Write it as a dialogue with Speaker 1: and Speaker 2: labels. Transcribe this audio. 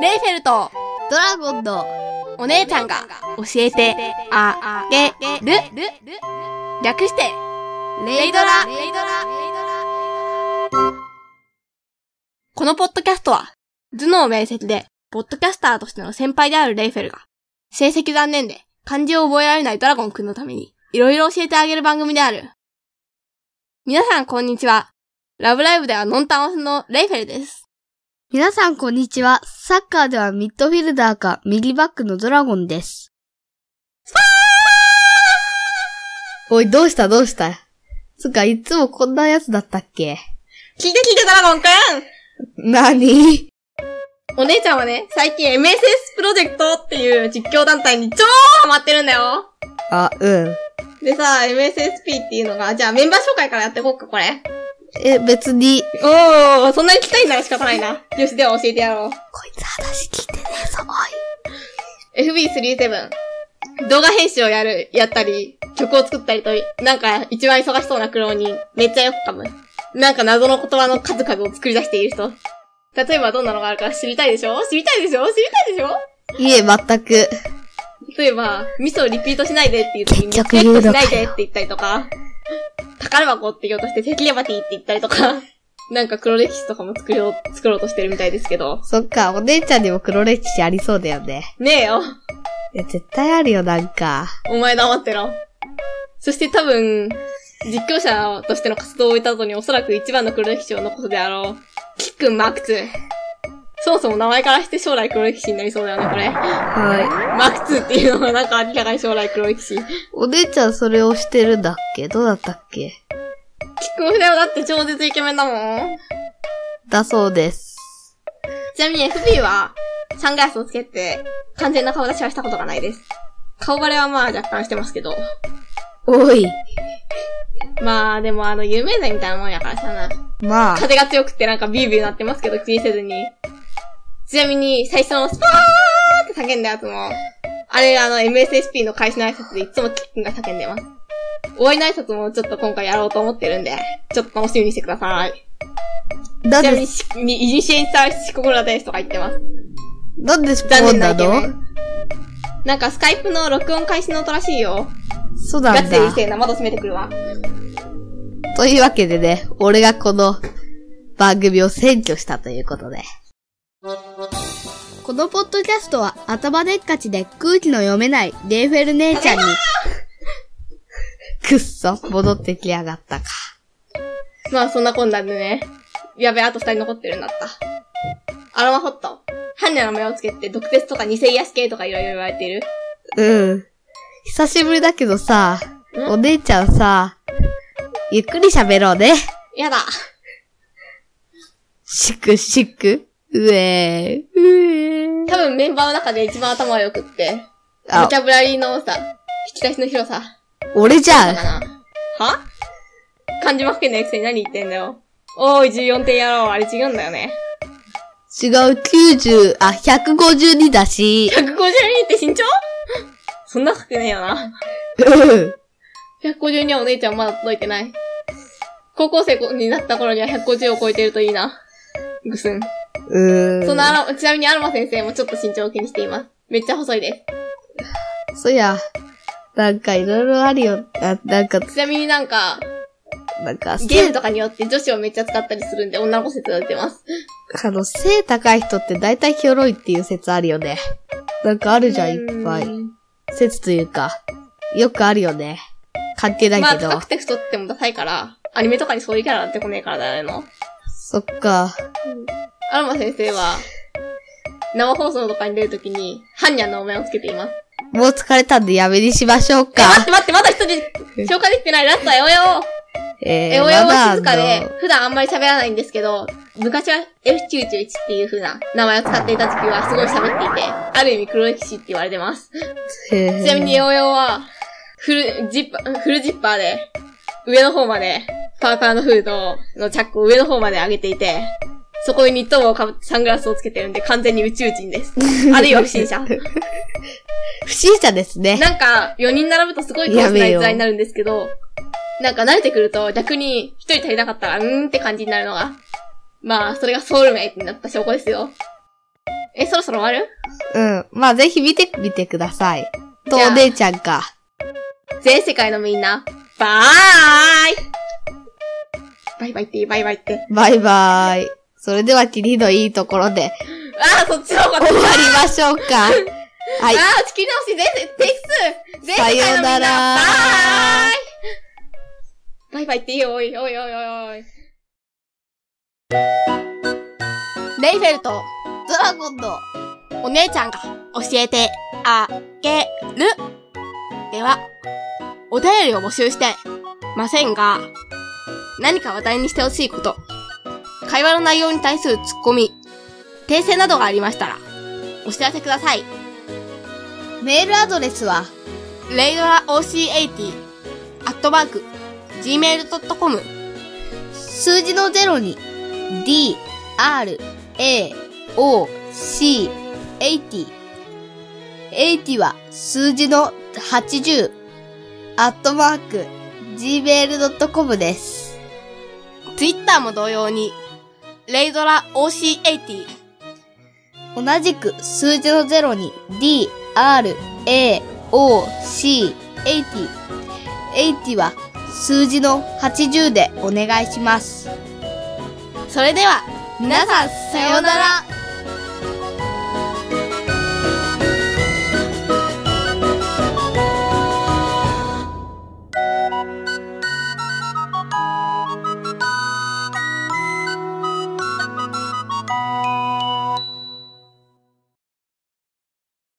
Speaker 1: レイフェルト、
Speaker 2: ドラゴンの
Speaker 1: お姉ちゃんが教えてあげる。略して、
Speaker 2: レイドラレイドラ
Speaker 1: このポッドキャストは、頭脳面積で、ポッドキャスターとしての先輩であるレイフェルが、成績残念で漢字を覚えられないドラゴンくんのために、いろいろ教えてあげる番組である。皆さんこんにちは。ラブライブではノンタンオスのレイフェルです。
Speaker 2: 皆さんこんにちは。サッカーではミッドフィルダーか右バックのドラゴンです。おい、どうしたどうしたつうか、いつもこんなやつだったっけ
Speaker 1: 聞いて聞いてドラゴンくん
Speaker 2: なに
Speaker 1: お姉ちゃんはね、最近 MSS プロジェクトっていう実況団体に超ハマってるんだよ。
Speaker 2: あ、うん。
Speaker 1: でさ、MSSP っていうのが、じゃあメンバー紹介からやっていこうか、これ。
Speaker 2: え、別に。
Speaker 1: おー、そんなに聞きたいんなら仕方ないな。よし、では教えてやろう。
Speaker 2: こいつ話聞いてねえぞ、
Speaker 1: FB37。動画編集をやる、やったり、曲を作ったりと、なんか一番忙しそうな苦労人、めっちゃよく噛む。なんか謎の言葉の数々を作り出している人。例えばどんなのがあるか知りたいでしょ知りたいでしょ知りたいでしょ
Speaker 2: おい。いえ、全く。
Speaker 1: 例えば、ミスをリピートしないでっていう時に、
Speaker 2: 結局言うの
Speaker 1: し
Speaker 2: かよ
Speaker 1: ないでって言ったりとか、宝箱って言おうとして、セキュレバティって言ったりとか、 なんか黒歴史とかも作ろう、作ろうとしてるみたいですけど。
Speaker 2: そっか、お姉ちゃんにも黒歴史ありそうだよね。
Speaker 1: ねえよ
Speaker 2: いや、絶対あるよ、なんか。
Speaker 1: お前黙ってろ。そして多分、実況者としての活動を終えた後におそらく一番の黒歴史を残すであろう。キックンマーク2。そもそも名前からして将来黒歴史になりそうだよね、これ。
Speaker 2: はい。
Speaker 1: マーク2っていうのがなんか明らかに将来黒歴史。キッ
Speaker 2: お姉ちゃんそれをしてるんだっけどうだったっけ
Speaker 1: クンフだよ、だって超絶イケメンだもん。
Speaker 2: だそうです。
Speaker 1: ちなみに FB は、サングラスをつけて、完全な顔出しはしたことがないです。顔バレはまあ若干してますけど。
Speaker 2: おい。
Speaker 1: まあでもあの、有名人みたいなもんやからさな。
Speaker 2: まあ、
Speaker 1: 風が強くてなんかビュービューなってますけど気にせずに。ちなみに最初のスパーって叫んだやつも、あれあの MSSP の開始の挨拶でいつもキックンが叫んでます。終わりの挨拶もちょっと今回やろうと思ってるんで、ちょっと楽しみにしてください。
Speaker 2: なん
Speaker 1: ちなみ
Speaker 2: で
Speaker 1: に、、しに、いじしえさん、しここらですとか言ってます。
Speaker 2: なんでスポ
Speaker 1: 残
Speaker 2: ー
Speaker 1: 念
Speaker 2: ン
Speaker 1: な
Speaker 2: な
Speaker 1: イケメ
Speaker 2: の
Speaker 1: ン。なんかスカイプの録音開始の音らしいよ。
Speaker 2: そうな
Speaker 1: ガ
Speaker 2: ん
Speaker 1: チで異
Speaker 2: だ。
Speaker 1: 性な窓閉めてくるわ。
Speaker 2: というわけでね、俺がこの番組を占拠したということで。このポッドキャストは頭でっかちで空気の読めないレイフェル姉 ちゃんに、くっそ、戻ってきやがったか。
Speaker 1: まあそんなこんなんでね。やべえ、あと二人残ってるんだった。アロマホット。ハンネの目をつけて、毒舌とか偽癒し系とかいろいろ言われている。
Speaker 2: うん。久しぶりだけどさ、
Speaker 1: ん
Speaker 2: お姉ちゃんさ、ゆっくり喋ろうね。
Speaker 1: やだ。
Speaker 2: シクシク。うえー、うえー。
Speaker 1: 多分メンバーの中で一番頭が良くって。ボ
Speaker 2: あ
Speaker 1: キ、ャブラリーの多さ。引き出しの広さ。
Speaker 2: 俺じ
Speaker 1: だ
Speaker 2: ゃん
Speaker 1: か。な。は漢字負けないくせに何言ってんだよ。おーい、14点やろう。あれ違うんだよね。
Speaker 2: 違う、90、あ、152だし。
Speaker 1: 152って身長そんな高くねえよな。
Speaker 2: うん。
Speaker 1: 152はお姉ちゃんまだ届いてない。高校生になった頃には150を超えてるといいな。ぐすん。
Speaker 2: うーん。
Speaker 1: そのアロ、ちなみにアロマ先生もちょっと身長を気にしています。めっちゃ細いで
Speaker 2: そや、なんかいろいろあるよ。ななんか、
Speaker 1: す。ちなみになんか、
Speaker 2: なんか、
Speaker 1: ゲーム
Speaker 2: 背、
Speaker 1: とかによって女子をめっちゃ使ったりするんで女の子説が出てます。
Speaker 2: あの、背高い人って大体ひょろいっていう説あるよね。なんかあるじゃん、いっぱい。
Speaker 1: い。
Speaker 2: 説というか、よくあるよね。関係ない
Speaker 1: まあ、
Speaker 2: けど。
Speaker 1: 高くて太ってもダサいから、アニメとかにそういうキャラ出てこねえからだよねの。
Speaker 2: そっか。
Speaker 1: アロマ先生は、生放送とかに出るときに、ハンニャンのお面をつけています。
Speaker 2: もう疲れたんでやめにしましょう
Speaker 1: え、待っ
Speaker 2: か。
Speaker 1: て待って、まだ一人、紹介できてないラストはよよ
Speaker 2: え
Speaker 1: えおやおや静か
Speaker 2: まだあ
Speaker 1: で
Speaker 2: の、
Speaker 1: 普段あんまり喋らないんですけど、昔は F91 っていう風な名前を使っていた時はすごい喋っていて、ある意味黒歴史って言われてます。
Speaker 2: へー
Speaker 1: ちなみにえおやおは、フルジッパー、フルジッパーで、上の方まで、パーカーのフードのチャックを上の方まで上げていて、そこにニット帽をかぶってサングラスをつけてるんで完全に宇宙人 です。あるいは不審者。
Speaker 2: 不審者ですね。
Speaker 1: なんか、4人並ぶとすごいクラスな逸材になるんですけど、なんか慣れてくると逆に1人足りなかったら、うーんって感じになるのが、まあ、それがソウルメイトになった証拠ですよ。え、そろそろ終わる
Speaker 2: うん。まあ、ぜひ見てみてください。と、
Speaker 1: じゃあ
Speaker 2: お姉ちゃんか。
Speaker 1: 全世界のみんな、バーイバイバイって言い、バイバイって。
Speaker 2: バイバイ。それでは、キリのいいところで
Speaker 1: ああ、そっちの方が
Speaker 2: 終わりましょう か。はい。
Speaker 1: ああ、仕切り直し、全世、テイク2全世界のみん
Speaker 2: さよう
Speaker 1: な、
Speaker 2: なら
Speaker 1: バーイバイバイっていいよ、おい、おいおいおいおい。レイフェルト、
Speaker 2: ドラゴンの
Speaker 1: お姉ちゃんが教えてあげる。では、お便りを募集してませんが、何か話題にしてほしいこと、会話の内容に対するツッコミ、訂正などがありましたら、お知らせください。
Speaker 2: メールアドレスは、
Speaker 1: レイドラ OC80、アットマーク、gmail.com、
Speaker 2: 数字の0に、d, r, a, o, c, 80。80は数字の80。アットマーク、gmail.com です。
Speaker 1: Twitter も同様に、レイドラ OC80、
Speaker 2: 同じく数字の0に D, R, A, O, C, 80。80は数字の80でお願いします。
Speaker 1: それでは、皆さん、さようなら